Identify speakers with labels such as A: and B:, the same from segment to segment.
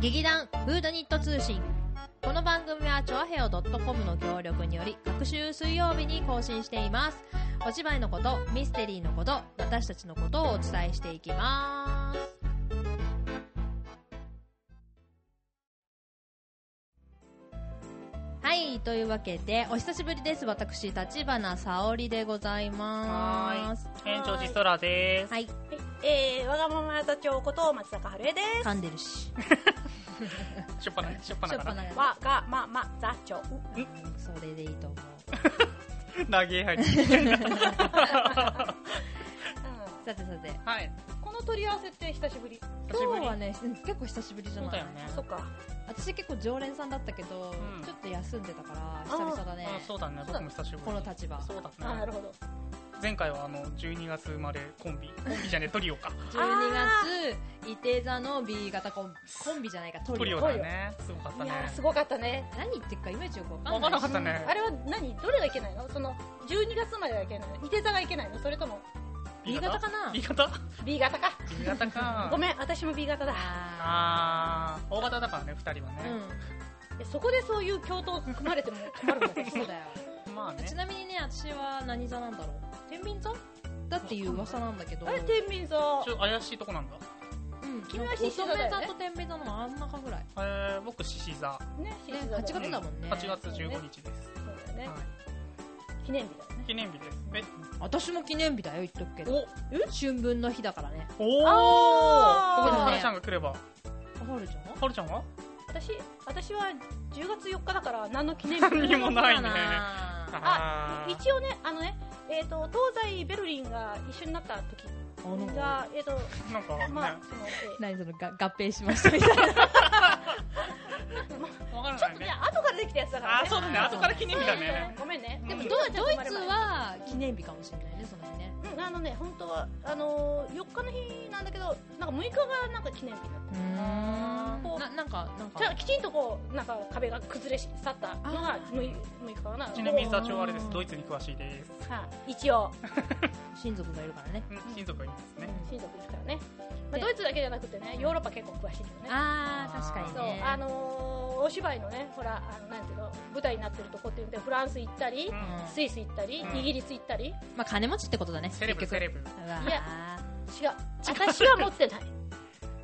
A: 劇団フードニット通信この番組はチョアヘオ .com の協力により各週水曜日に更新していますお芝居のことミステリーのこと私たちのことをお伝えしていきますはいというわけでお久しぶりです私立花沙織でございます
B: 園長実空です。
A: はい
C: えー、わがまま座長こと松坂春江で
A: 噛んでるし
B: しょっぱな、しょっぱ
A: し
B: な
A: ょっ
B: か
A: ぱな
B: な。
A: や
C: す。わがまま座長。
A: つそれでいいと思う
B: 投げはり。
C: う
A: さてさて
B: はい。
C: ん、この取り合わせって久しぶり。
B: 久し
A: 今
B: ぶり
A: 日はねうん結構久しぶりじゃ
B: そ
A: な
B: うだ
A: い
B: よね。
C: そっか。
A: 私結構常連さんだったけど、
B: うん
A: ちょっと休んでたから久々だね
B: あそうだね。僕も久しぶり。
A: この立場
B: そう
C: あ、
B: だ
C: な
B: ね
C: る。ほど。
B: 前回はあの、12月生まれコンビ。コンビじゃねえ、トリオか。
A: 12月伊手座の B 型コンビコンビじゃないかト
B: ト
A: リ
B: リ
A: オ
B: オだね。すごかった
C: い
B: ね
C: や。ー、すごかったね。
A: 何言ってるかいまいちよくわかんない
B: わからなかったね
C: あ。れは何どれがいけないのその、12月まではいけないのいて座がいけないのそれとも
A: B 型かな
B: ?B 型
C: B 型か。
B: ?B 型か。
C: ごめん、私も B 型だ。
A: あ
B: あー、大型だからね、二人は
A: ー
B: ね。
C: いやそこでそういう共闘組まれても困 るんだ
A: うんそう
C: け
A: だよ
B: まあね
A: ち。なみ にね私は何座なんだろう天秤座だっていう噂なんだけど
C: ど。あれ、天秤座
B: ち。ょっと怪しいとこなんだ。
A: うん
C: 君は
A: 乙
C: 獅子座だよね
A: 女座と天秤座の真ん中ぐらい
B: えー、僕、獅子座。
C: ね、
A: ね
C: 獅子座
A: 8月
C: だよね
A: だもんね
B: 8月15日です。
C: そうだよね
B: は。
C: 記念日だよね。
B: い記念日です。で
A: 私も記念日だよ言っとくけど春分の日だからね
B: おお
C: あ
B: こ
C: ー
B: こでハルちゃんが来れば。
A: わかるじゃん
B: ハルちゃんは
C: 私、私は10月4日だから何の記念
B: 何
C: 日
B: にもないね。
A: あ
C: あ
B: あー
C: 一応ね、あのね、えっ、と、東西ベルリンが一緒になった時
A: の
C: が、えっ、と、
B: なんか、ね、
C: まあ、その、え
A: 何そのが合併しま したみたいな
B: わからないね
C: ーちょっとね。、後からできたやつだから
B: あ、
C: ね。
B: そうだね。後から記念日だね
C: う。んごめんね。
A: でも
B: うん
A: ドドイツは記念日かもしれないねその日ね
C: うん、あのね、本当は、あのー、4日の日なんだけど、なんか6日がなんか記念日だっ
A: な
C: こう
A: なんかなん
C: た。じゃあ
A: か
C: きちんとこう、なんか壁が崩れ去ったのが
A: あー
C: 6, 6日かな。
B: ちなみに座
C: こ
B: 長はあれです。ドイツに詳しいです。
C: うはい一応、
A: 親族がいるからね
B: うん親族がいますね。
C: 親族ですからね。まあ、
A: で
C: ドイツだけじゃなくてね、ヨーロッパ結構詳しいよね。
A: あー
B: あー
A: 確
C: そう
A: かにね
C: あのーお芝居のねほらあのなんていうの舞台になってるとこっていうんでフランス行ったり
B: う、ん
C: スイス行ったり、
B: うん
C: イギリス行ったり違う
A: まあ金持ちってことだね
B: セレブ、
A: 結局
B: セレブ。
A: うわー
C: いや私は持ってない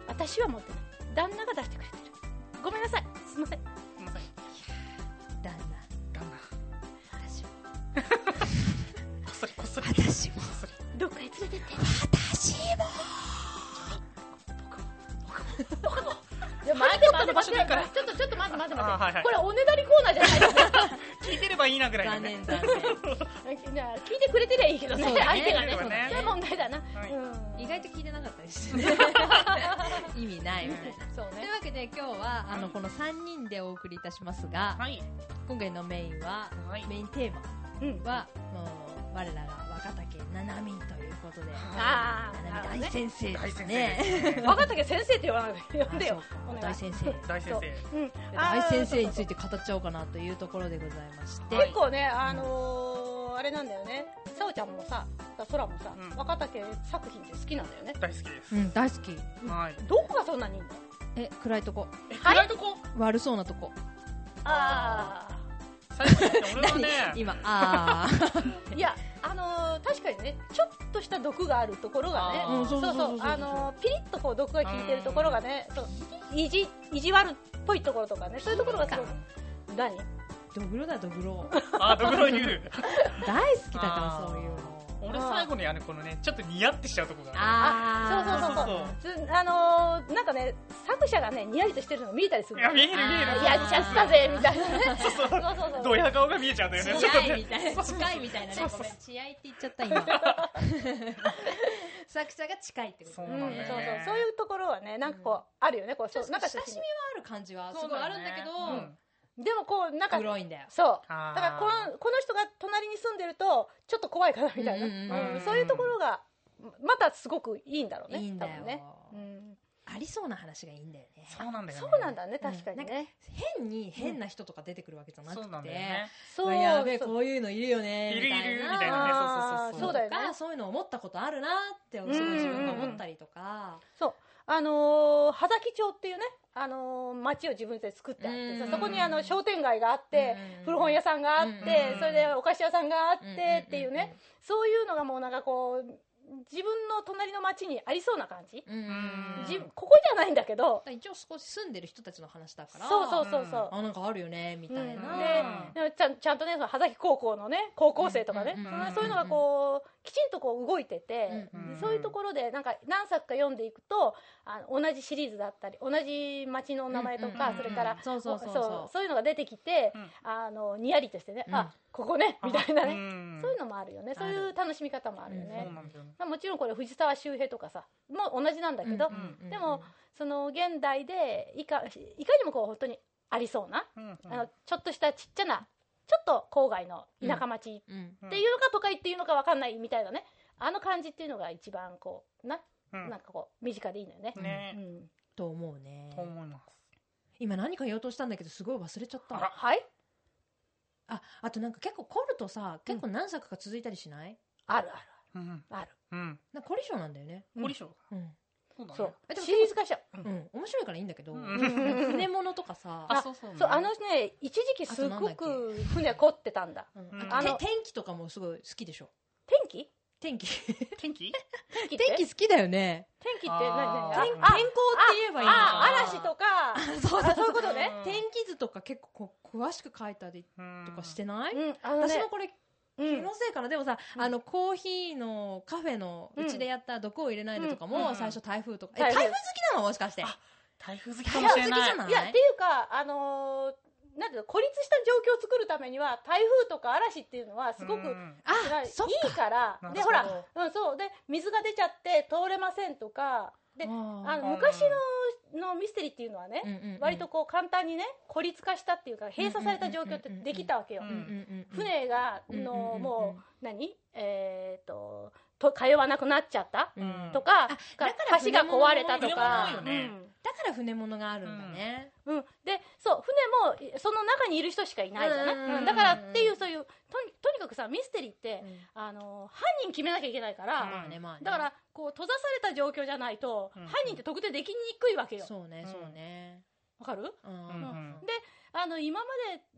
C: 私は持ってない旦那が出してくれてるごめんなさいすいませ
B: す
C: ん
B: いません。
A: 旦
B: 旦
A: 那私も
B: 那。こっそり、こっそり。こ
A: 私も
B: っそり。
C: どっかへ連れてって
A: 私も
C: いや待って待って
B: 場所
C: 待
B: でいい
C: っ
B: から
C: てちょっとちょっと待って待って
B: あーは
C: 待
B: いは
C: って
B: い
C: これおねだりコーナーじゃないです
B: 聞いてればいいなぐらいだ
A: 残
B: ね。
A: 念だね
C: いや聞いてくれてりゃいいけどね
A: そうだね
C: 相手がね
B: そうだね
C: それ問題だな、
B: はい
C: うん
A: 意外と聞いてなかったです ね意味ないみたいな
C: そう
A: とい
C: ね
A: うわけで今日はあのこの3人でお送りいたしますが
B: はい。
A: 今回のメインは
B: はい
A: メインテーマ
C: うん
A: はもう我らが若竹七海ということで
C: ああ
A: 七海大先生で
B: 大
A: す
B: 先生
A: ね
B: ですね。
C: 分かったけど先生って言わないで呼んでよ
A: あそうか
C: お願い
A: 大先生
B: 大先生。
C: うん
A: 大先生につ
C: て
A: いて語っちゃおうかなというところでございまして
B: はい
C: 結構ね、あのー、あれなんだよね、さおちゃんもさ、そらもさ、
B: うん
C: 若竹作品って好きなんだよね。
B: 大好きです
A: う。ん大好き
B: はい。
C: どこがそんなにいいんだ
A: え暗いとこ
B: え、
C: はい
B: 暗いとこ
A: 悪そうなとこ
B: 最後に言って
C: あ
B: 俺はね、
A: 今あ
C: あ。いや、あのー、確かにね、ちょっとした毒があるところがね
B: あ、ーうん
A: そうそうそうそうそう
C: あのー、ピリッとこう毒が効いてるところがね、そう、意地、意地悪っぽいところとかね、そういうところがすごい。何
A: ードグロだドグロ
B: あ、どころ言う。
A: 大好きだか
B: あ
A: らそ
B: ー
A: ういうの
B: 俺最後にあの、このね、ちょっと似合ってしちゃうとこがある。
C: あそうそうそう
B: そう
C: つあのー、なんかね、作者がね、ニヤリとしてるのが見えたりする
B: いや、見える見
A: あ
B: え
A: ー
B: る。
C: やっちゃったぜ、みたいなね。
B: そうそう
C: そうそうそう。
B: ドヤ顔が見えちゃうんだよね。ちょっと
A: 血合い
B: ね
A: み。たいな近いみたいなね
B: そうそう
A: ごめん血合いって言っちゃった 今 作者が近いってこと
B: そう
A: ね
B: なんだよね
C: そうそうそういうところはねなんかこう、あるよねこうそう
A: 確
C: な
A: か
C: ん
A: に
C: か
A: 親しみはある感じはすごいあるんだけど
B: うん
C: でもこうなんか
A: 黒いんだよ
C: そう
B: あー
C: だからこのこの人が隣に住んでるとちょっと怖いかなみたいな、
A: うんうん
B: うん
C: うんそういうところがまたすごくいいんだろうね
A: いいんだよ
C: 多分ね、うん
A: ありそうな話がいいんだよね
B: そうなんだよね。
C: そうなんだね確かに
A: うん
C: ね、
A: 変に変な人とか出てくるわけじゃなくて、
B: そうなんだよね。
C: そう
A: わやべえ
C: そう
A: こういうのいるよね
B: いるいるみ
A: み
B: た
A: た
B: い
A: い
B: な
A: な
B: ね。
C: あー
B: そうそうそう。
C: そうだよね
A: とかそういうの思ったことあるなってすごい自分が思ったりとか、
C: そうあのー、羽崎町っていうね、あのー町を自分で作ってあって
A: うん
C: さそこにあの商店街があって
A: うん
C: 古本屋さんがあっ
A: うん
C: てそれでお菓子屋さんがあっ
A: うん
C: てっていうねそういうのがもうなんかこう自分の隣の町にありそうな感じ
A: うんうんうん
C: じここじゃないんだけど
A: 一応少し住んでる人たちの話だから
C: そうそうそうそう
A: あなんかあるよねみたいな、
C: うんででもちゃんちゃんとねその羽崎高校のね高校生とかね
A: うん
B: うん
C: そんなそういうのがこうきちんとこう動いてて。
A: うん
B: うん
C: でそういうところでなんか何作か読んでいくとあの同じシリーズだったり同じ町の名前とか、
A: うんうんうん
C: それから
A: そうそうそうそう
C: そういうのが出てきて、
B: うん
C: あのにやりとしてね、
A: うん
C: あここねみたいなね、
B: ね
C: そういうのもあるよねそういう楽しみ方もあるよ
A: の
C: ね
B: そう、なんですよね。
C: まあ、もちろんこれ藤沢周平とかさもう同じなんだけど、
B: うん
C: でもその現代でいかいかにもこう本当にありそうな、
B: うん
C: あのちょっとしたちっちゃなちょっと郊外の田舎町
A: うん
C: っていうのか都会っていうのか分かんないみたいなねあの感じっていうのが一番こうな
B: うん
C: なんかこう身近でいいのよね。
B: ね
C: う、ん、
A: と思うね
B: と思います。
A: 今何か言おうとしたんだけどすごい忘れちゃった
B: あら
C: はい
A: ああとなんか結構凝るとさ結構何作か続いたりしない、
C: あるある
B: うん
C: ある。
B: うん。
A: なんか凝り性なんだよね
B: 堀章。
A: うん、
B: そうだね
C: そう
A: えでも
C: シリーズ化しちゃう。う
A: うんん、面白いからいいんだけど、
B: う
A: なん
B: ん
A: か船物とかさ
B: あ、そうそうね。
C: そうあのね一時期すご
A: あとな
C: く船凝ってたんだ。
A: うん
B: うん
A: あ
C: あ
A: の
C: の
A: 天気とかもすごい好きでしょ
C: 天気
A: 天気
B: 天気
C: 天気
A: 天
C: って天気
A: 気好きだよね
C: って何
B: あー
A: 天天
C: 何あ
A: 候って言えばいいのかな
C: ああ嵐とか
A: そう
C: あそ
A: そ
C: ういううことね。
A: 天気図とか結構こう詳しく書いたりとかしてない、
C: うんあの
A: 私
C: ね
A: のこれ
C: う
A: 気
C: ん
A: のせいかな、でもさ、
C: うん
A: あのコーヒーのカフェのうちでやった毒を入れないでとか
B: うんう
A: も、
B: ん
A: 最初台風とか、え
C: 台
A: 台
C: 風
A: 風好きなのもしかして
B: あ台風好き
A: 台
B: かも
A: 風
B: しれ
A: 好き
B: な
A: じ
B: い
A: ゃ。ない
C: いやっていうかあのーなんていうの孤立した状況を作るためには台風とか嵐っていうのはすごく
B: うん
A: あ
C: 辛い
A: そっ
C: いいから
B: なる
C: で
B: ほど
C: ほら、うん、そうで水が出ちゃって通れませんとかであ
A: あ
C: の
B: うん
C: 昔ののミステリーっていうのはね、割とこう簡単にね孤立化したっていうか閉鎖された状況ってできたわけよ、
B: うん
C: 船が
A: うんうんうん
C: の、
A: うん
C: もう何えっ、とと通わなくなっちゃった
A: うんうんうん
C: とか,、
A: だから
C: 橋が壊れたと
B: 船
C: か
B: 物、も多いよね
A: だから船物があるんだね、
C: うんうん、でそう船もその中にいる人しかいないじゃない、
A: うん
C: う
A: うんんうんうん
C: だからっていうそういうとにとにかくさミステリーって、
A: うん
C: あの犯人決めなきゃいけないから、
A: まあねまあね
C: だからこう閉ざされた状況じゃないと、
B: うん
C: 犯人って特定できにくいわけよ
A: そうねそうね、
C: わかる
A: うん
B: ん
C: であの今ま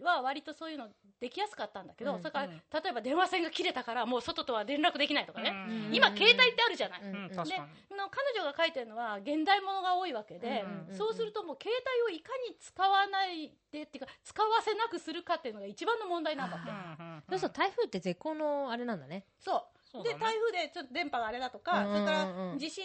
C: では割とそういうのできやすかったんだけど、
A: うん
C: それから、
B: うん
C: 例えば電話線が切れたからもう外とは連絡できないとかね、
A: うん
C: 今携帯ってあるじゃない、
A: うん
B: うん、
A: で
B: 確かに。
C: の彼女が書いてるのは現代ものが多いわけで、
B: うん
C: そうするともう携帯をいかに使わないでっていうか使わせなくするかっていうのが一番の問題なんだって
A: あー
B: ん
A: そうそう台風って絶好のあれなんだね
C: そう
B: そうだ
C: で
B: ね
C: 台風でちょっと電波があれだとか、
A: うん
C: それか
A: うんうんう
C: ら
A: ん
C: 地震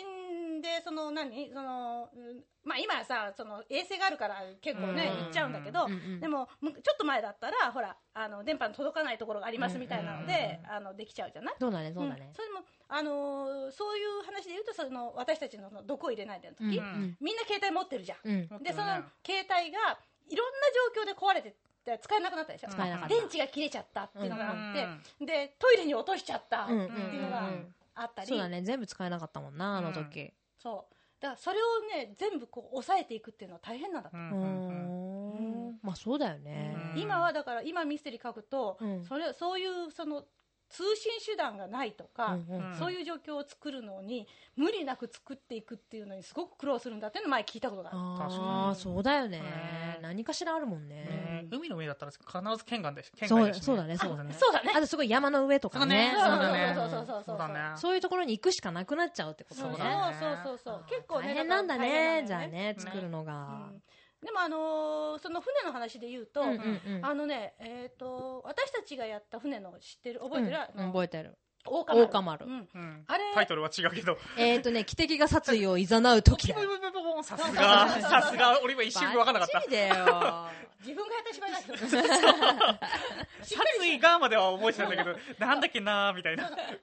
C: でその何その、うんまあ、今さその衛星があるから結構ね、
A: うんうんうん
C: 行っちゃうんだけど、
A: うんうん
C: でもむちょっと前だったらほらあの電波の届かないところがありますみたいなので、
B: うんうんうん
C: あのできちゃうじゃない
A: そうだねそうだ
C: ん
A: ね
C: それも、あのーそういう話で言うとその私たちのその毒を入れないでの時、
A: うん
C: みんな携帯持ってるじゃん。
A: うん
B: 持って
C: で
B: る
C: その
B: ね
C: 携帯がいろんな状況で壊れてて使えなくなったでしょ
A: 使えなかった
C: 電池が切れちゃったっていうのがあって、
B: うん
C: でトイレに落としちゃったっ
A: う
C: て
A: んうん
C: いうのがあったり、
A: そうだね全部使えなかったもんなあの時、
C: そうだからそれをね全部こう抑えていくっていうのは大変なんだって、
A: う
B: うんんうん
C: うん
A: まあそうだよね、
B: うん
C: 今はだから今ミステリー書くと、
A: うん
C: それそういうその通信手段がないとか、
A: うんうん
B: ん
C: そういう状況を作るのに無理なく作っていくっていうのにすごく苦労するんだっていうのを前聞いたことがある
B: 確
A: あ
B: か
A: あ
B: に
A: そうだよね、
B: うん
A: 何かしらあるもんね
B: ね海の上だったら必ず剣眼でし、剣
A: そ
B: 眼
A: う
B: でしね
A: そうだねそうだね
C: そうだね
A: あとすごい山の上とかね
B: そうだね
C: そうそうそうそうそ
B: そ
C: う
B: うだね。
A: そういうところに行くしかなくなっちゃうってこと
C: そう
A: ね
B: だね
C: そうそうそうそう結構ね
A: 大変なんだ
C: から大
A: ね
C: 変
A: じゃあ
C: なんだよ
A: ね
B: うん
A: 作るの
C: う
A: が、
C: んでもあのーその船の話で言うと、
A: うんうんうん
C: あのねえっ、と私たちがやった船の知ってる覚えてる、
A: うん覚えてる
C: 大釜丸
A: 大釜丸
C: うん
B: うん
C: あれ
B: タイトルは違うけど。
A: えっ、ー、とね 汽笛が殺意をいざなう 時だ
B: ブブブブブンさす
C: そう
B: が、
C: そうそう
B: さすが、俺今一瞬分からなかった
A: バッ。チリだ よ
C: 自分がやった芝 居なんですよ
B: 殺意がまでは覚えてたんだけ ど、なんだっけなーみたいな。
C: あの長い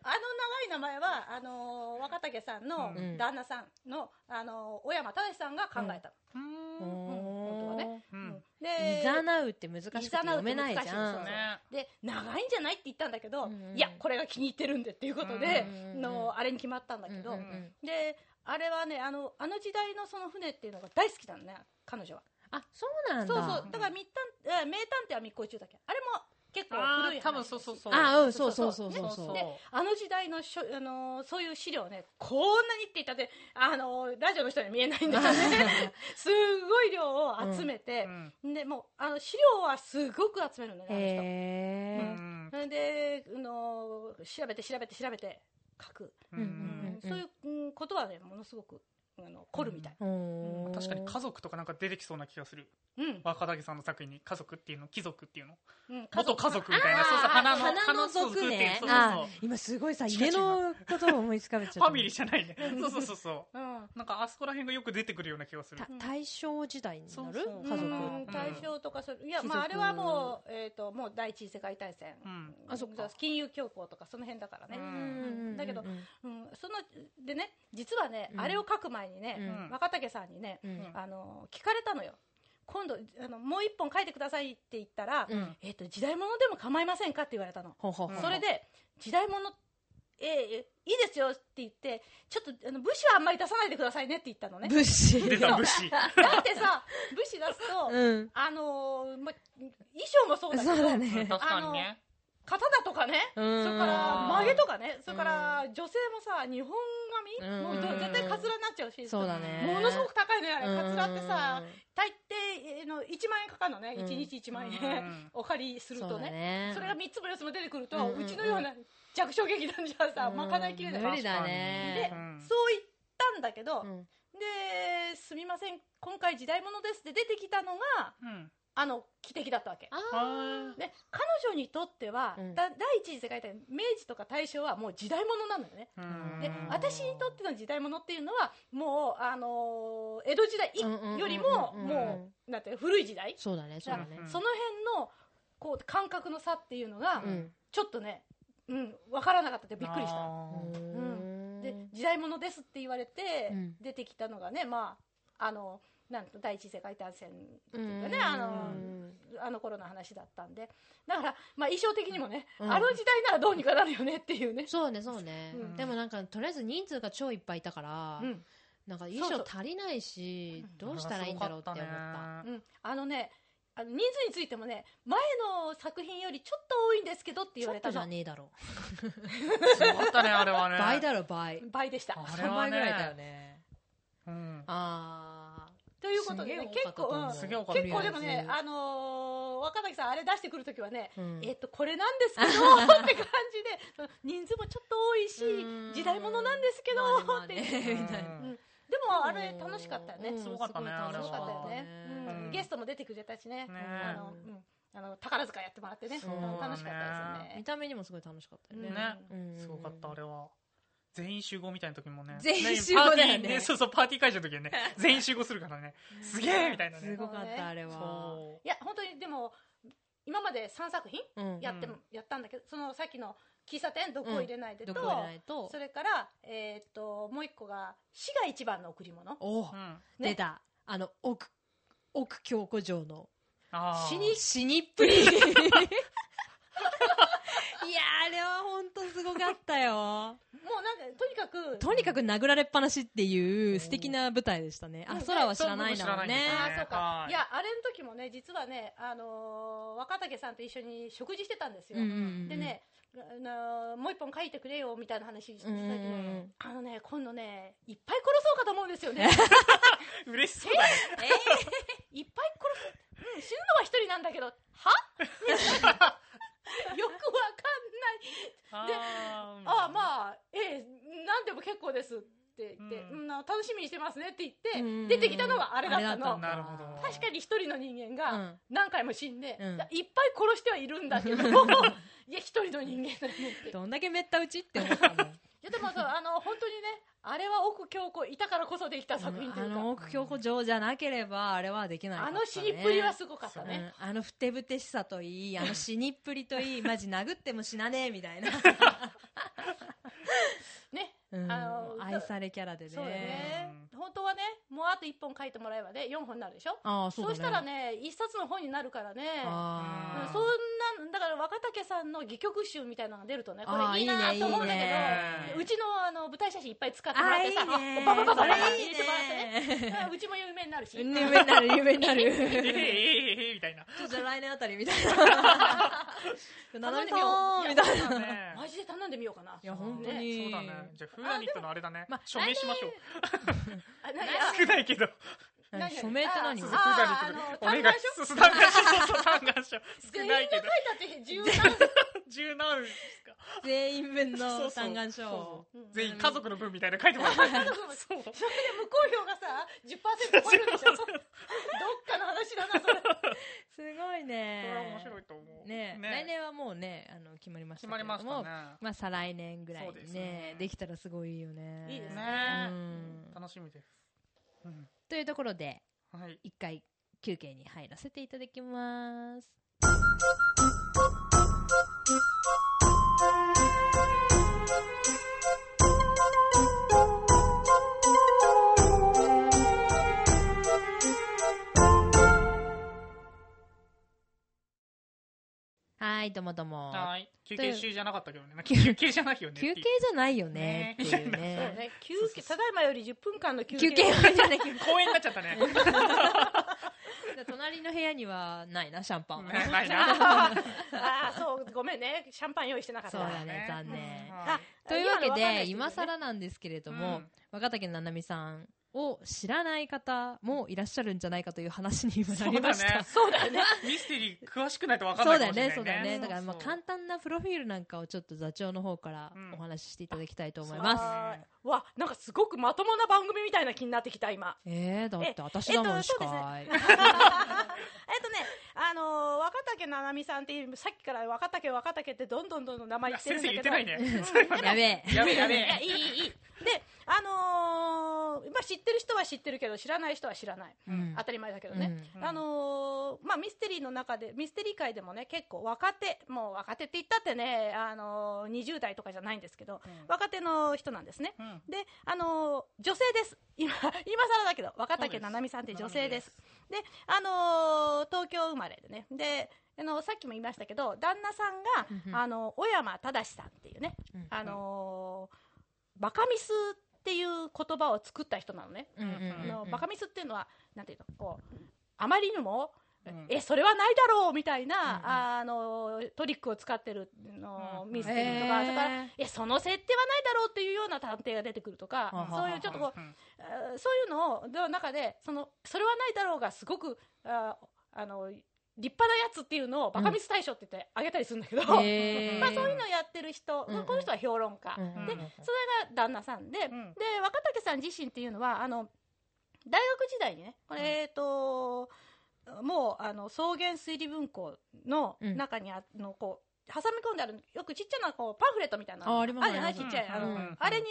C: 名前はあのー若竹さんの
B: うん
C: 旦那さんの、あのー小山忠さんが考えた
B: うん
A: 本
C: 本当はね
B: う
C: の、
B: ん。
A: い
C: で
A: ざなうって難しくて
C: いざなう
A: 読
C: って
A: めないじゃ
C: 難し
A: ん
C: いそう
B: ね。
C: で長いんじゃないって言ったんだけど、
A: うんうん
C: いやこれが気に入ってるんでっていうことで、
A: うん
C: のあれに決まったんだけど、
A: うんうんうん
C: であれはねあのあの時代のその船っていうのが大好きなのね彼女は
A: あそうなんだ
C: そうそうだから密探、えー名探偵は密航中だっけあれも結構
B: あ
C: 古い話
B: ー多分そうそうそう
A: あうんそうそうそうそう
B: そう
A: そ
B: そう
A: う
C: であの時代のしょ、あのーそういう資料をねこんなにって言ったって、あのーラジオの人には見えないんだよ ねすごい量を集めて、
B: うん
C: でもうあの資料はすごく集めるのねあの人。
B: う
A: へ
B: ん
C: それで、あの調べて調べて調べて書く、
A: うん
B: うん
A: うん
C: そういううんことはねものすごくあの凝るみたい、
A: ーおー
B: 確かに家族とかなんか出てきそうな気がする
C: うん
B: 若竹さんの作品に家族っていうの貴族っていうの
C: うん家
B: 元
C: 族
B: 家族みたいなそうそう花の
A: 花の
B: 族って
A: 族
B: いう
A: ね
B: そう
A: あ
B: そ
A: ー
B: う
A: 今すごいさ
B: 違う違う
A: 家のことを思いつかべちゃっ
B: そ
A: た
B: うファミリーじゃないねそうそうそうそう
C: うん
B: なんかあそこら辺がよく出てくるような気がする
A: た大正時代になる
B: そうそう
A: 家族
C: うん大正とかそれいや、まあ、あ
A: 貴
C: れ
A: 族
C: はもう,、えー、ともう第一次世界大戦、
B: うん
A: あそっか
C: 金融恐慌とかその辺だから
A: う
C: ね、
A: ん
C: だけど
A: うんうん
C: うんそのでね実はね、
A: うん
C: あれを書く前にね、
B: ん
C: 若竹さんにね、
A: うん
C: あの聞かれたのよ今度あのもう一本書いてくださいって言ったら、
A: うん
C: えっと時代物でも構いませんかって言われたの
A: ほうほうほう
C: それで、時代物、えーえーいいですよって言って、ちょっとあの武士はあんまり出さないでくださいねって言ったの ね。
A: 物資
B: 出た武士
C: だってさ、武士出すと、
A: うん
C: あのーま、衣装もそうだけど、
A: そうだね
B: 確かにね
C: 刀とかね、
A: そ
C: そ
A: れ
C: れから曲げとかね、そ
A: うん
C: れから女性もさ、日本髪、
A: うん
C: もうど絶対カツラになっちゃうし、
A: そうだね
C: ものすごく高いのよ、あれ。
A: うん
C: カツラってさ、大抵、えーの1万円かかるのね、
A: うん
C: 1日1万
B: う
C: 円
B: ん
C: お借りする
A: そう
C: と
A: だ
C: ね。
A: ね
C: それが3つも4つも出てくると、
A: うんうん
C: う
A: うん
C: ちのような弱小劇団じゃさ、まかないきれない
A: 無理だね
B: 確かにうん
C: そう言ったんだけど、
A: うん
C: で、すみません、今回時代物ですって出てきたのが、
B: うん
C: あの、汽笛だったわけ。
A: あ
B: あ
C: で、彼女にとっては、
A: うん
C: だ第一次世界大戦、明治とか大正はもう時代物なのよね。
B: ー
A: うん
C: で、私にとっての時代物っていうのは、もう、あのー江戸時代い
A: うんうんうんうん
C: よりも、
A: うん
C: もう、なんていうの古い時代、
A: そうだねそうだね
B: うん
C: その辺の、こう、感覚の差っていうのが、
A: うん
C: ちょっとね、うん、わからなかったってびっくりし
B: あ
A: う
B: ー
C: た。
A: ん
C: で、時代物ですって言われて
A: うん、
C: 出てきたのがね、まあ、あの、なんと第一次世界大戦って
A: う
C: いうんかね、あの、あの頃の話だったんで。だから、まあ衣装的にもね、
A: うん
C: あの時代ならどうにかなるよねっていうね。
A: そうねそうね
C: うん
A: でもなんかとりあえず人数が超いっぱいいたから
C: うん。
A: なんか衣装足りないしどうしたらいいんだろうって思った
C: うん。あのね、あの人数についてもね、前の作品よりちょっと多いんですけどっ
A: ち
C: て言
A: ょ
C: わ
A: っ
C: れ
A: と
C: た
A: じゃ
C: の。
A: ねえだろ
B: すごかったねあれはね
A: 倍だろ倍
C: 倍でした。
B: あれ
A: 3
B: は
A: 倍
B: ね
A: ぐらいだよね
B: うん
A: あ
C: ということでね、
A: すげえ多か
C: 結
A: ったと
C: 構、
A: 思う
C: うん
B: すげえ多かった
C: 結構でもね、
A: うん
C: あのー若崎さんあれ出してくるときはね、
A: ーうん
C: えっと、これなんですけどって感じで、その人数もちょっと多いし
A: うん、
C: 時代物なんですけど
A: まあ
C: っ
A: ね
C: て。
A: まあね
C: で
A: みたいな
B: うん
C: んも、あれ楽しかったよね。
A: うん
B: すごかったね
A: すごい楽し
C: 楽しかったよ
A: ね
C: ね。うん
B: うん
C: ゲストも出てくれたしね。
B: ね
C: あの、うんあの、宝塚やってもらってね。
A: そう
C: 楽しかったですよ
A: 見
C: ね。
A: た目にもすごい楽しかったよね
B: ね
A: うん
B: すごかった、あれは。全員集合みたいな時もね。
A: 全員集合だよね
B: パーティーそうそう、パーティー会場の時は ね、全員集合するからね。すげえみたいな
A: す
B: ね。
A: ごかったあれは
B: そ
C: いや、本当に、でも、今まで3作品
A: うん
C: やっても、やったんだけど、そのさっきの喫茶店、どこ入れないで
A: ど
C: と、
A: こ入れないと
C: それから、えーっと、もう一個が、市が一番の贈り物。
A: お
B: う。うん。
A: 出たあの奥奥京子城の
B: あー
A: 死に、死にっぷ り。いやー、あれは本当すごかったよ。
C: もうなんか、とにかく、
A: とにかく殴られっぱなしっていう素敵な舞台でしたね。あ、空は知らないだもんね。
C: ああ、そうか
B: は。い
C: いや、あれの時もね、実はね、あのー若竹さんと一緒に食事してたんですよ。
A: うんうんうん
C: でね、あのーもう一本書いてくれよ、みたいな話してた時
A: う
C: に、
A: んうんうん
C: あのね、今度ね、いっぱい殺そうかと思うんですよね。
B: 嬉しそうだね。
C: いっぱい殺す。うん、死ぬのは一人なんだけど、は よくわかんない。
B: あ
C: で、ああ、
B: あ。
C: まあ、ええ、なんでも結構ですって言って、
B: う
C: うん、楽しみにしてますねって言って、
A: うん
C: 出てきたのがあれだったの。
A: あれだったんだ
B: なるほど
C: 確かに一人の人
A: う
C: 間が
A: ん
C: 何回も死んで、
A: うん
C: だいっぱい殺してはいるんだけど、 いや、一人の人間だよねって。い
A: どんだけめったうちって思ったもん。
C: や、でもそう、あの、本当にね、あれは奥京子いたからこそできた 作品と
A: あ
C: いうか、
A: の奥京子城じゃなければ、あれはできない、
C: あの死にっぷりはすごかった
A: う
C: ね。
A: ん、あのふてぶてしさといい、あの死にっぷりといい、マジ殴っても死なねえみたいな。
C: ね。
A: うん
C: あの
A: 愛されキャラでね。
C: そうだね
B: うん。
C: 本当はね、もうあと1本書いてもらえばね4本になるでしょ
A: ああ、
C: そ,、
A: そううだね。
C: したらね1冊の本になるからね
A: あ
C: うん
A: ー
C: そんなだから若竹さんの戯曲集みたいなのが出るとねこ
A: あー
C: れいいなと思う
A: い
C: んだけど
A: いね
C: うちのあの舞台写真いっぱい使って
A: あ
C: もらっ
A: ー、
C: て
A: いい
C: さ
A: ね。
C: ババババババ
A: そ
C: って
A: れい
C: 入
A: い
C: れてもらってね
A: ね。
C: うんうちも有名になるし
A: うん夢になる、夢にな
B: えええ
A: る。
B: ええみたいな。
A: ちょっと来年あたりみたいな。ななみさんみたいな。
B: そうだね
C: マジで頼んでみようかない
A: いや、本当
C: ね
A: に。
B: そうだね。じゃあ、フーダニットのあれだね。
A: まあ
B: 署名しましょう。
C: あな
B: 少ないけど。
A: 何
C: 何
A: 署名って何
C: あ
B: フー
C: ーあ
B: ダニットで。お願い
C: 単眼
B: します。単眼書そうそう、単眼書。少
C: 全員が
B: な
C: 書
B: い
C: い
B: けど。
C: たって十
B: 十
C: 何
B: 何ですか。
A: 全員分
B: そうそ
A: の
B: う
A: 単眼
B: そう
A: 書。
B: そう全員家族の分みたいなの書いてもらって。そう。
C: それで無効票がさ10%超えるでしょどっかの話だなそ
A: すご
C: れ
A: い
B: それは面白
A: ね。
B: いと思う。
A: ね来年はもうね、あの、決まりましたけ
B: 決ま
A: れど
B: り
A: も。
B: ましたね。
A: まあ、再来年ぐらい
B: そうで
A: に
B: す
A: ね
B: ね、
A: できたらすごいいいよね。
C: いいです
A: う
B: ね
A: ん
B: 楽しみです。うん
A: というところで、
B: はい。
A: 一回休憩に入らせていただきます。はい、どうもどうも。
B: はい。休憩中じゃなかったけどね。休憩じゃないよね。
A: 休憩じゃないよねっていうね。
C: そうね休憩ただいまより10分間の休
A: 休
C: 憩
A: 憩じゃない休憩
B: 公園になっちゃったね。
A: 隣の部屋にはないな、シャンパン。
B: ねないな。
C: ああそうごめんねシャンパン用意してなかっ
A: そ
C: た
A: う
C: な
A: だね、残念。
C: あ
B: は
A: というわけで、
C: 今のわかんない人いるよ
A: 今
C: ね
A: 更なんですけれども、
B: うん
A: 若竹ななみさんを知らない方もいらっしゃるんじゃないかという話に今な
B: いそう
A: りま
B: だ
A: した
B: ね。。
C: そうだよね
B: ミステリー詳しくないと分かん
A: そ
B: な
A: うだ
B: いか
A: よ
B: もしれない
A: ね
B: ね。、
A: そうだよね。だからまあ
B: そうそう
A: 簡単なプロフィールなんかをちょっと座長の方から
B: うん
A: お話ししていただきたいと思います。
C: あーわなんかすごくまともな番組みたいな気になってきた今
A: えー、だって私だも
C: え
A: ん、
C: っと
A: 司
C: そうですね
A: 会。
C: えっとね あのー若竹ななみさんっていうさっきから若竹若竹ってどんどんどんどん名前
B: い
C: 言
B: や
C: って
B: 先
C: るん
B: 生
C: だ
B: 言
C: け
B: って
C: ど
B: ないね。
A: やべえ。
B: やべえやべ
C: いやい
B: え。
C: いいいいいであのーまあ、知ってる人は知ってるけど知らない人は知らない、
A: うん
C: 当たり前だけどね、
B: うん
C: あのーまあ、ミステリーの中でミステリー界でもね結構若手もう若手って言ったってね、あのー、20代とかじゃないんですけど、
B: うん
C: 若手の人なんですね
B: うん
C: で、あのー女性です今今更だけど若竹ななみさんって女性ですであのー東京生まれでねであのさっきも言いましたけど旦那さんが、
A: うんうん
C: あの小山正さんっていうね、
A: うん
C: あのーバカミスっていう言葉を作った人なのね、
A: うんうんう
C: あ
A: ん
C: の
A: うん
C: バカミスっていうのはなんていうのこうあまりにも、
B: うん
C: えそれはないだろうみたいな、
A: うんうん
C: あのトリックを使ってるの、
B: うん
C: ミステリーとか、
A: へー
C: だからえその設定はないだろうっていうような探偵が出てくるとか、
A: ははは
C: そういうちょっとこう
B: うん
C: あーそういうのをの中でそのそれはないだろうがすごくあーあの立派なやつっていうのをバカミス大賞って言ってあげたりするんだけど、
A: へー
C: まあ、そういうのをやってる人、
A: うんうん
C: この人は評論家、
A: うん
C: でそれが旦那さんで,、
B: ん
C: で若竹さん自身っていうのはあの大学時代にねこれ、
B: うん
C: えっともうあの草原推理文庫の中にあのこう挟み込んであるよくちっちゃなこうパンフレットみたいなの
A: ああります
C: るじゃない
A: あ
C: ち
A: り
C: っ
A: ます
C: ちゃい、あの
A: うん
C: あれにね、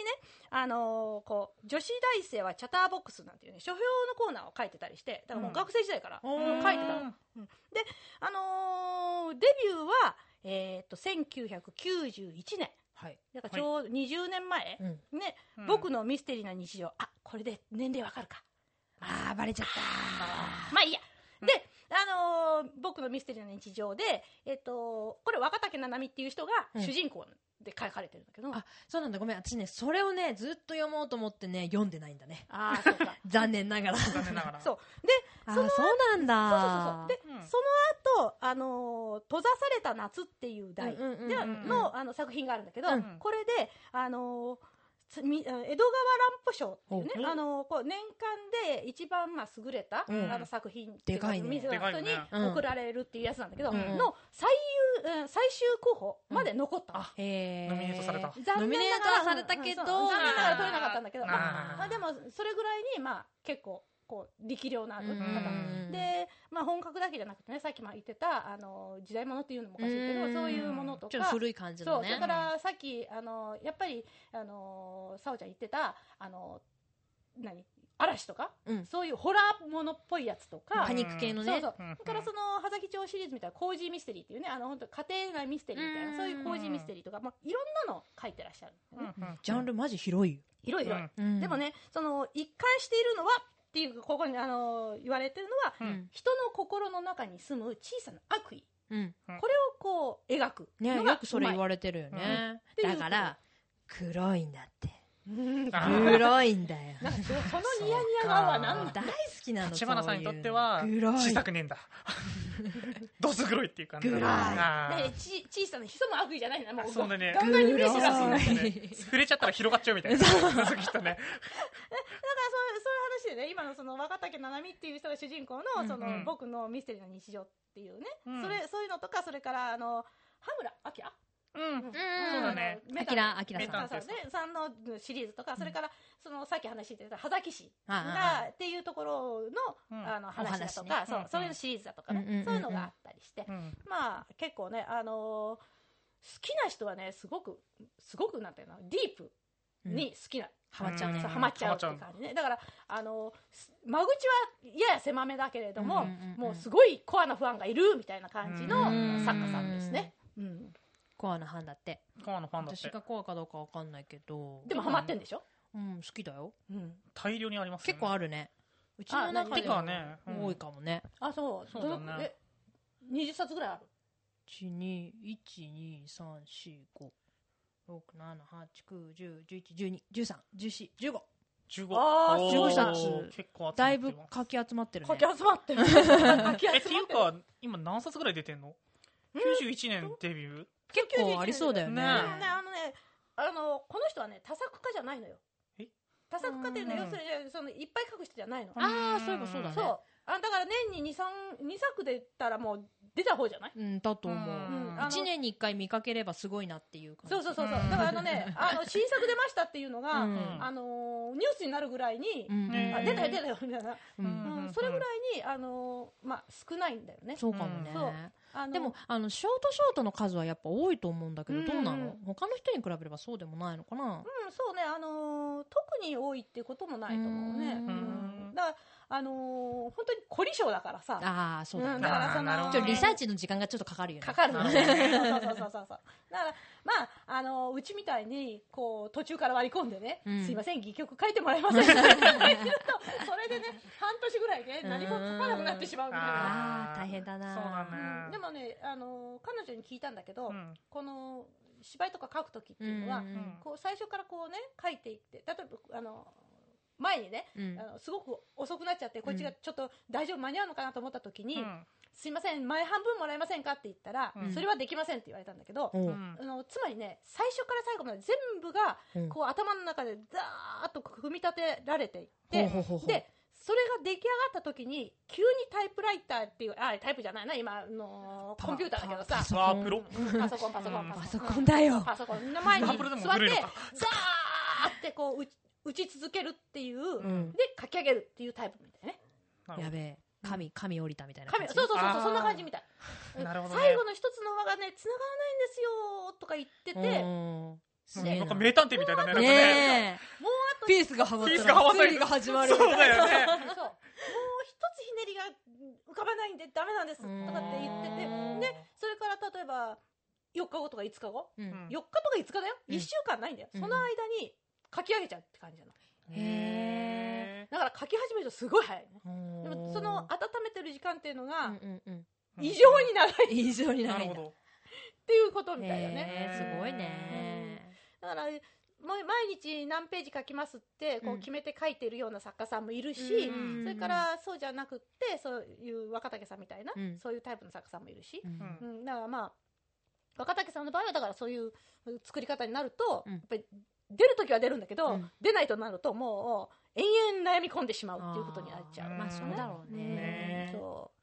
C: あのーこう女子大生はチャターボックスなんていうね書評のコーナーを書いてたりしてだからもう学生時代から、
A: うん
C: もう書
B: う
C: いてたの、
B: ん
C: あのーデビューは、えーっと1991年
A: はい。
C: だからちょうど20年前、
A: うん
C: ね、
B: うん
C: 僕のミステリーな日常あこれで年齢わかるか
A: あー、バレちゃった。
C: まあいいやで、あのー僕のミステリーな日常で、えっとこれ若竹ななみっていう人が
A: うん
C: 主人公で書かれてるんだけど、
A: あそうなんだ、ごめん。私ね、それをね、ずっと読もうと思ってね、読んでないんだね。
C: あーそうか
A: 残念ながら。
B: 残念ながら。。
C: そううで
A: あー、そうなん
C: そうそうそう
A: だ。
C: そうで、
B: うん
C: その後、あのー閉ざされた夏っていう題で
A: うんうんうんうん
C: ではのあの作品があるんだけど、
A: うん
C: これで、あのーつみあの江戸川乱歩賞っていうね
A: ほう、
C: あのーこう年間で一番まあ優れた、
A: うん
C: あの作品
A: でかいね
C: 見せ
B: でかい
C: 人
B: よ
C: に
B: ね
A: うん
C: 贈られるっていうやつなんだけど、
B: うん
C: の最優うん最終候補まで残ったの、
A: へー
B: ノミネートされた
A: ノミネートはされたけど、
C: うんそう残念ながら取れなかったんだけど、
B: あー
C: まあまあ、でもそれぐらいに、まあ、結構こう力量のある方
A: うん
C: で、まあ、本格だけじゃなくてねさっきも言ってたあの時代物っていうのもおかしいけ
A: うん
C: どそういうものとか
A: ちょっと古い感じ
C: そ
A: の
C: う
A: ね。
C: だからさっきあのやっぱりあのさおちゃん言ってたあの何嵐とか、
A: うん
C: そういうホラーものっぽいやつとか。
A: パニック系の
C: そう
A: ね
C: そ。う
B: うんうん
C: だからその葉崎町シリーズみたいな工事ミステリーっていうねあの本当家庭内ミステリーみたいな
A: うん
C: そういう工事ミステリーとか、まあ、いろんなの書いてらっしゃるんだよね、
A: ジャン
B: ル
A: ルマジ広いよ。
C: 広い広い、
B: うん
A: うん
C: でも、ねその一貫しているのはっていうここに、あのー言われてるのは
A: う
B: うんん。
C: 人の心の中に住む小さな悪意
A: うん。
B: うん
C: これをこう描く
A: ね
C: のが
A: よくそれ言われてるよね。
C: うん
A: だから、黒いんだって。
C: うまいうん
B: あー
A: 黒いんだよ。
C: なんかそそのニヤニヤ顔は何
B: そう
C: だ
B: か
A: 大好きなの
B: 立花さんにとっては
A: そういうの
B: 小
A: 黒
B: さ
A: い。
B: くねえんだ どす黒いっていう感じ
A: 黒い
B: あー
C: ねち小さな潜む悪意じゃないんだもう
B: そうだね
C: ガンガンに嬉しい
A: 黒い
C: ですだからそ
B: そうだ
C: う
B: ね 触れちゃったら広がっちゃうみたいな そうきっとね
C: そういう話でね今のその若竹七海っていう人が主人公
A: うんう
C: の
A: ん
C: その僕のミステリーの日常っていうね
B: うん
C: それそういうのとかそれからあの羽村明
B: うん
C: うん
A: うん
B: そうだね
C: メ
A: あ
C: タ
A: き
C: ル
A: ら、あきら
B: メ
A: さ
B: タ
A: ん。
B: ル
C: さんでさんのシリーズとかそれからそのさっき話してた羽崎氏
A: あ
C: が
A: あ
C: っていうところの
B: うん
C: あの話だと
A: お
C: か
A: 話ね
C: そう
B: うんうん
C: そういうシリーズだとかね
A: うんうんうんうん
C: そういうのがあったりして
B: うん
C: まあ結構ねあのー好きな人はねすごくすごくなんていうのディープ
A: うん
C: に好きな
A: ハマっちゃうね。
B: ん
C: そうハマっちゃうっていう感じねだからあのす間口はやや狭めだけれども、
A: うんうんうんうん
C: もうすごいコアなファンがいるみたいな感じの
A: うん
C: 作家さんですね、うん
A: コアな班だって。
B: コアのファンだっ
A: 私
B: て
A: がコアかどうかわかんないけど。
C: でもハマってんでしょ、
A: うん、好きだよ。
C: うん
B: 大量にあります
A: 結構
B: あ
A: あるね。うちの
C: あ
A: 中
C: る
B: て
A: で
B: か
A: も
B: ねうん
A: 多いかもね。
C: あそう
B: そうだね
C: どのえ20冊ぐらいある
A: 1、2、1、2、3、4、5。6、7、8、9、10、11、12、13、14、15。
B: 15
C: あー
B: お
A: 15冊
B: 結構集まってます
A: だいぶかき集まってる
C: 書
A: ね
C: き。集 まってる書き集まってる
B: えっていうか今何冊ぐらい出てんの91年デビュー
A: 結構ありそうだよね。
B: ね
C: でもねあのねあのこの人はね多作家じゃないのよ
B: え
C: 多作家っていうの
B: う
C: は
B: ん
C: 要するにそのいっぱい書く人じゃないの
A: ああ、そういえばそうだね。
C: そうあだから年に 2, 3 2作出たらもう出た方じゃない
A: うん、だと思
B: う
A: う。
B: ん
C: あの
A: 一年に一回見かければすごいなっていう感じ。
C: そうそうそうそう。
B: うん
C: だからあのね、あの新作出ましたっていうのが、
A: うん
C: あのーニュースになるぐらいに、
A: うん
B: ね
C: あ出たよ出たよみたいな、
A: うん
B: うん
C: うんそれぐらいにあのーまあ少ないんだよね。
A: そうかもね
B: うん
C: そう。あの
A: でも、あの、ショートショートの数はやっぱ多いと思うんだけど、どうな
C: うんう
A: の他の人に比べればそうでもないのかな
C: うんそうねあのー特に多いってこともないと思うね。
A: うん
C: うんだからあのー本当に凝り性だからさ。
A: ああ、そうだ
C: ん
A: ね。
C: だからそ
B: あーなる
C: の
B: ほ
A: ち
B: ど
A: ょっとリサーチの時間がちょっとかかるよね。
C: かかるのね。
B: な
C: そうそうそうそう。だから、まあ、あのー、うちみたいに、こう、途中から割り込んでね、
A: うん
C: すいません、戯曲書い てもらえませんかって言うと、それでね、半年ぐらいで何も書かなくなってしまうみたいな。
A: あー大変だな
B: そう
C: うん
B: だね
C: でもね、あのー彼女に聞いたんだけど、
B: うん
C: この芝居とか書くときっていうのは、
A: うん
B: うん
C: こう最初からこうね書いていって例えばあの前にね、
A: うん
C: あのすごく遅くなっちゃってこっちがちょっと大丈夫間に合うのかなと思ったときに、
B: うん
C: すいません前半分もらえませんかって言ったら、
B: うん
C: それはできませんって言われたんだけど、
A: お
B: う
A: うん
C: あのつまりね最初から最後まで全部が
A: うん
C: こう頭の中でザーッと組み立てられていって、
A: ほうほうほうほう
C: で、それが出来上がった時に、急にタイプライターっていう、あ、タイプじゃないな、今、あのーコンピューターだけどさ、
B: わあプロ
C: パソコン、パソコン、
A: パ
C: パ
A: ソ
C: ソ
A: コ
C: コ
A: ン
C: ン。
A: だよ。
C: パソコンの前に座
B: ダ
C: っ
B: ブ
C: て、
B: ルでも
C: ザー
B: 古いのか
C: ってこう打ち、打ち続けるっていう、
A: うん
C: で、書き上げるっていうタイプみたいね。
A: やべえ。神、神降りたみたいな感
C: 神
A: じ。
C: そうそうそう
B: あ
C: そう、
B: ー
C: そんな感じみたい。
B: なるほどね
C: 最後の一つの輪がね、繋がらないんですよーとか言ってて、もう
A: うんすげえ
B: なんか
A: な
B: 名探偵みたいだねなんかね
A: ねえ。
C: あと
A: ピースがハマったら
B: ピースがハマったら
A: 推理が始まる
B: そ
A: みたいうな
B: だよね
C: そうもう一つひねりが浮かばないんでダメなんですとかって言って
A: うん
C: てでそれから例えば4日後とか5日後
A: うん
B: うん
C: 4日とか5日だよ、
A: うん
C: 1週間ないんだよ、
A: うん
C: その間に書き上げちゃうって感じなの
A: へ
C: だから書き始めるとすごい早いね
A: うん
C: でもその温めてる時間っていうの
A: うん
C: が
A: うんうん
C: 異常に長いっ
A: 異常に
B: な
A: 長
B: る
A: いん
B: ほ
A: だ
B: ど
C: ていうことみたいだね
A: へーすごいね。
C: だからもう毎日何ページ書きますってこ
A: う
C: うん決めて書いてるような作家さんもいるし、
B: うん
C: それからそうじゃなくってそういう若竹さんみたいな、
A: うん
C: そういうタイプの作家さんもいるし、
A: うん
B: うん
C: うん、だからまあ若竹さんの場合はだからそういう作り方になると、
A: うん
C: やっぱり出る時は出るんだけど、
A: うん
C: 出ないとなるともう延々悩み込んでしまうっていうことになっちゃ
A: あ
C: う
A: ー
B: ん
A: まあそうだろうね
C: うん。そう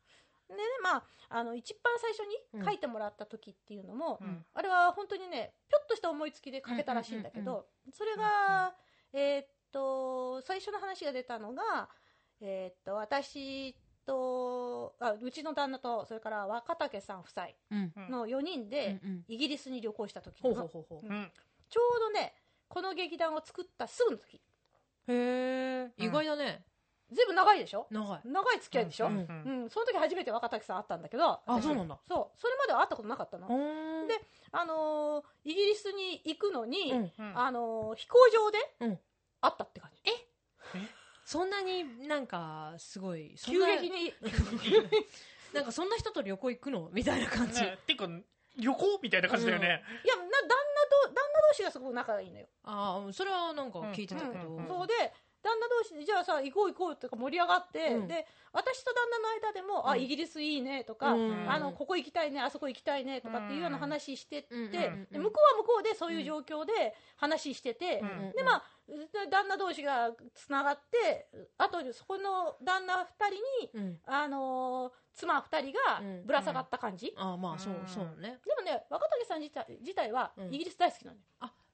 C: でねまああの一番最初に書いてもらった時っていうのも、
B: うん
C: あれは本当にねぴょっとした思いつきで書けたらしいんだけど、
A: うん
C: それが、えーっと最初の話が出たのが、えーっと私とあうちの旦那とそれから若竹さん夫妻
A: うん
C: の4人で、
A: うんうん
C: イギリスに旅行した時
A: ほ
C: な
A: う
C: の
A: ほうほうほ
B: うん
C: ちょうどねこの劇団を作ったすぐの時
A: う。へえ。意外だね。
C: ずいぶん長いでしょ
A: 長い。
C: 長い付き合いでしょ、
B: う
C: うんん
B: う
A: うん
B: ん
C: その時初めて若竹さん会ったんだけど
A: あ、
C: 私
A: そうなんだ。
C: そうそれまでは会ったことなかったの、
A: うん
C: であのーイギリスに行くのに、
A: うん
B: うん
C: あのー飛行場で
A: うん
C: 会ったって感じ、
B: え
A: そんなになんかすごいそん
C: 急
A: な
C: 激に
A: なんかそんな人と旅行行くのみたいな感じ、
B: ねてか、旅行みたいな感じだよね。
C: いやな旦那と旦那同士がすごく仲がいいのよ、
A: ああそれはなんか聞いてたけど、
B: うんうん
C: そうで旦那同士でじゃあさ行こう行こうとか盛り上がって、
A: うん
C: で私と旦那の間でも、
A: う
C: あ
A: ん
C: イギリスいいねとか、
A: うん
C: あのここ行きたいねあそこ行きたいねとかっていうような話してって、
A: うん
C: で
A: うん
C: 向こうは向こうでそういう状況で話してて、
B: うん
A: うん
C: でまあ旦那同士がつながってあとそこの旦那2人
A: う
C: に、
A: ん
C: あのー妻2人が
A: うん
C: ぶら下がった感じ、
A: ああまあそう
B: うん
A: そうね
C: でもね若竹さん自体自体は
A: うん
C: イギリス大好きなのよ、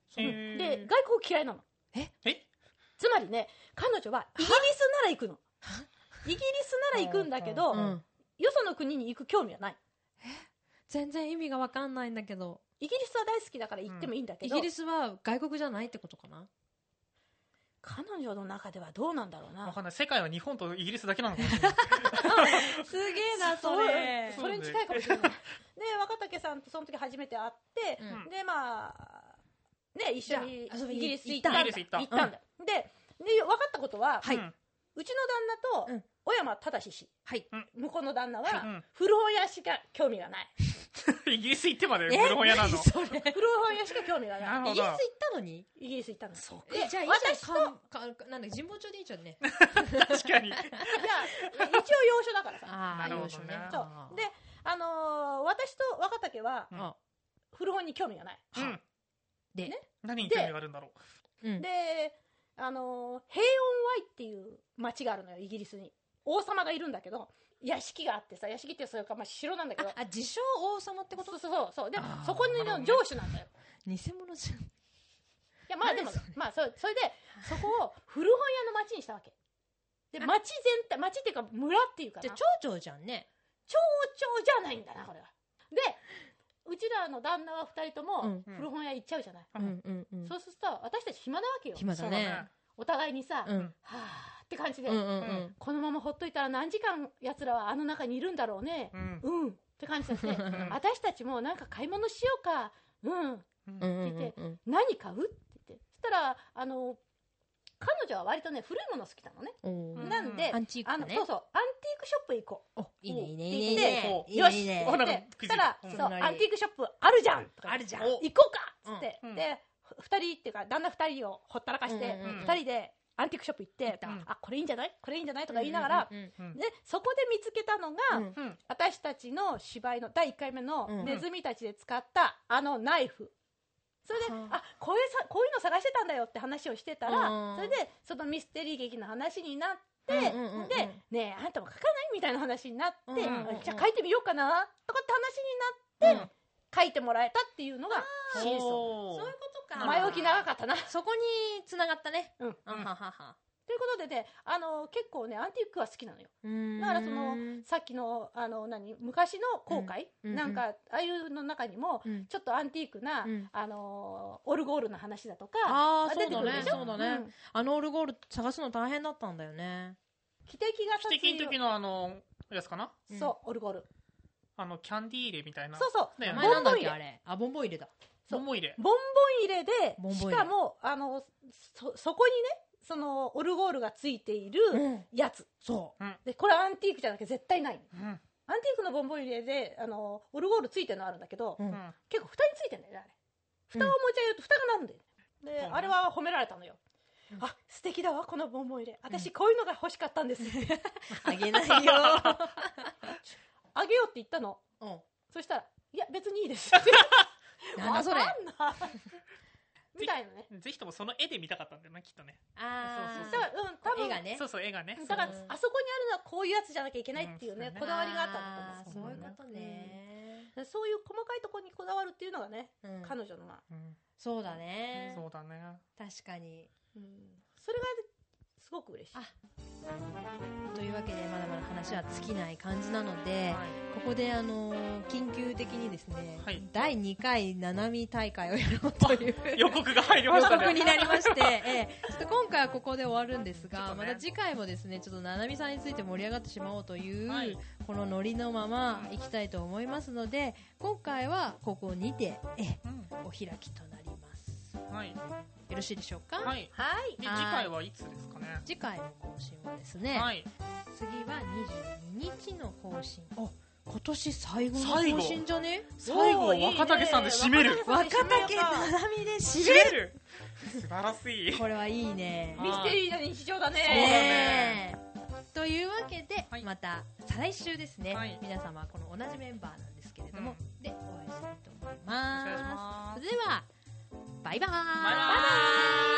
A: そう
B: へー
C: で外交嫌いなの
B: え
C: つまりね彼女はイギリスなら行くのイギリスなら行くんだけど、
B: うん
A: うん
C: よその国に行く興味はない
A: 全然意味がわかんないんだけど
C: イギリスは大好きだから行ってもいいんだけ
A: イ
C: ど、
A: ギリスは外国じゃないってことかな
C: 彼女の中ではどうなんだろうな
B: わかんない。世界は日本とイギリスだけなのかもしれない。
A: すげえな
C: そうそれに近いかもしれないで若竹さんとその時初めて会って、
B: ん
C: でまあね一緒
A: じ
C: に
A: ゃあ遊び
C: イ
A: に
C: ギリス行ったんだ
B: イギリス行った、
C: 行ったんだ、でで分かったことは、
A: はいう
B: ん
C: うちの旦
A: う
C: 那
A: ん
C: と小山忠氏
A: はい
C: 向こうの旦那
B: う
C: は
B: ん
C: 古本屋しか興味がない
B: イギリス行ってまで古本屋なの。
A: 何それイギリス行っ
C: 古本屋しか興味が
B: な
C: ない
B: る
A: た
B: ほど。
A: のに
C: イギリス行ったんだ
B: そう
C: で
A: じゃあいい
C: 私
A: じゃんかんかなんだ神保町でいいじゃんね
B: 確かに。
C: いや一応洋書だからさ
A: ああ
B: なるほ
A: 洋
B: どね
A: 書ね
C: そう
A: あー
C: であのー私と若竹は
B: うん
A: あ
C: 古本に興味がない、
B: うん。
A: で
C: ね
B: 何に興味があるんだろう。
A: うん
C: で、あのー平穏ワイっていう町があるのよイギリスに王様がいるんだけど屋敷があってさ屋敷ってそれか、まあ、城なんだけど
A: ああ自称王様ってこと
C: そうそうそうそうで
B: あー
C: そこに
B: なるほ
C: の
B: どね
C: 城主なんだよ
A: 偽物じゃん
C: いやまあでもまあそうそれでそこを古本屋の町にしたわけで
A: あ
C: 町全体町っていうか村っていうかな
A: じゃあ
C: 町
A: 町長じゃんね
C: 長じゃないんだなこれはでうちらの旦那は2人と
A: う
C: も
A: ん
C: 古本屋行っちゃうじゃない、
B: うん
A: うんうん
C: そうすると私たち暇なわけよ
A: 暇だね
C: お互いにさ、
A: う
C: は
A: ん
C: あって感じで、
A: うんうんうん
C: このままほっといたら何時間奴らはあの中にいるんだろうね
B: そうだね。
C: うんって感じさせて
B: うん
C: 私たちもなんか買い物しようかうん
B: うん
A: う
B: うん
A: んうん
C: 聞い
A: うん
C: 何買うって言ってそしたらあの彼女は割とね古いもの好きなのね、
A: お
B: う
A: ー
C: なんで
A: アンチー
C: あ
A: ク
C: の
A: だね
C: そうそうアンティークショップへ行こ
A: おいいねいいね
C: う
A: いいねいいねい
B: 行っ
C: で
A: い
C: よ
A: ねい
C: し
A: い
C: っ
A: ね
B: お
C: て
B: なんか
C: そしたら
B: う
C: そ
B: ん
C: う
A: そんなに
C: アンティークショップあるじゃんとか
A: あるじゃん
B: お
C: 行こうかっつって、
B: うん
C: で2人っていうか旦那2人をほったらかして、
A: うんうん
B: うん
C: 2人でアンティークショップ行って、
A: た
C: あこれいいんじゃないこれいいんじゃないとか言いながら、
A: うんうん
B: うん
C: でそこで見つけたのが、
A: うん
B: うん。
C: 私たちの芝居の第1回目の
A: うん
C: ネズミたちで使ったあのナイフ、それで
A: はあ
C: あこういうさこういうの探してたんだよって話をしてたら、
A: うん
C: それでそのミステリー劇の話になって、
A: うんうんうんうん
C: でねえあんたも書かないみたいな話になって、
A: うんうんうん
C: じゃあ書いてみようかなとかって話になって、書いてもらえたっていうのが真相
B: おー
A: そういうことか
C: 前置き長かったな。
A: そこに繋がったね
C: うん
A: あははは
C: ということでね、あの結構ねアンティークは好きなのよ。
A: うーん
C: だからそのさっきのあの何昔の航海、
A: うんうん
C: なんか、ああいうの中にも、
A: うん
C: ちょっとアンティークな、
A: うん
C: あのーオルゴールの話だとか
A: あー
C: 出てくるでしょ
A: そうだねそうだね
C: ん
A: あのオルゴール探すの大変だったんだよね
C: 汽笛が撮
B: 汽
C: 影
B: 笛の時のあの、やつかな
A: の
C: そうオルゴール、
B: あの、キャンディー入れみたいな。
C: そうそ
B: だ
C: う
A: 名
B: よ
A: 前
B: ね。
A: なんだっ
C: ボンボン入
A: け
C: れ
A: あれあボンボン入れだ
C: そう
B: 桃入れ。
C: ボンボン入れで
A: ボンボン入れ
C: しかもあのそそこにねそのオルゴールがついている
A: うん
C: やつ、
A: そ
C: でこれアンティークじゃなきゃ絶対ない
B: うん。
C: アンティークのボンボン入れであのーオルゴールついてるのあるんだけど、
A: うう
B: うんん。
C: 結構蓋についてんだよねあれ蓋を持ち上げると蓋がなるんだよね、で、
B: うん
C: あれは褒められたのよ、
A: うん
C: あ素敵だわこのボンボン入れ私こういうのが欲しかったんです、
A: あげないよ
C: あげようって言ったの
A: うん
C: そしたら「いや別にいいです」
A: なんだそれ
C: わかんない みたいなね
B: ぜひともその絵で見たかったんだよね、きっとね。
A: あ
B: そ
A: ー
C: だからうん多分
A: 絵がね
B: そうそう、絵がね。
C: だから
A: そう
C: あそこにあるのはこういうやつじゃなきゃいけないっていうね,、
B: うん
C: こだわりがあったんだと思
A: あー
B: そう
C: う
A: そうい
B: だ
A: う
B: ね
A: ことね
C: そういう細かいところにこだわるっていうのがね、
A: うん
C: 彼女のまあ、
B: うん
A: そうだね
B: そうだね。
A: 確かに
C: うんそれがすごく嬉しい
A: あというわけでまだまだ話は尽きない感じなので
B: はい
A: ここであのー緊急的にですね
B: はい
A: 第2回七海大会をやろうという
B: 予告が入りま
A: 予
B: した
A: 告
B: ね。
A: になりまして、ええちょっと今回はここで終わるんです
B: ちょっ
A: が、
B: とね
A: また次回もですねちょっとななみさんについて盛り上がってしまおうという、
B: はい
A: このノリのままいきたいと思いますので今回はここにて、ええ
B: うん
A: お開きとなります。
B: はい。
A: よろしいでしょうか
B: はい
A: はい
B: で、次回はいつですかね。
A: 次回の更新はですね、
B: はい。
A: 次は22日の更新あ今年最後
B: 最
A: の
B: 後
A: 更新じゃね
B: 最後
C: おー
B: はい
C: いね
B: 若竹さんで締める。
A: 若
C: 若
A: 竹
C: 竹さん締めようか
A: ななみで締
B: 締
A: める
B: める 素晴らしい。
A: これはいいね
B: はい
C: ミステリーな日常だ
B: そうだ
C: ね。
B: ね
A: ねえというわけで、
B: はい
A: また再来週ですね、
B: はい
A: 皆様この同じメンバーなんですけれども、でお会いしたいと思いま
B: お
A: す
B: 願いします
A: そ。れではバイバーイ
B: バイバーイ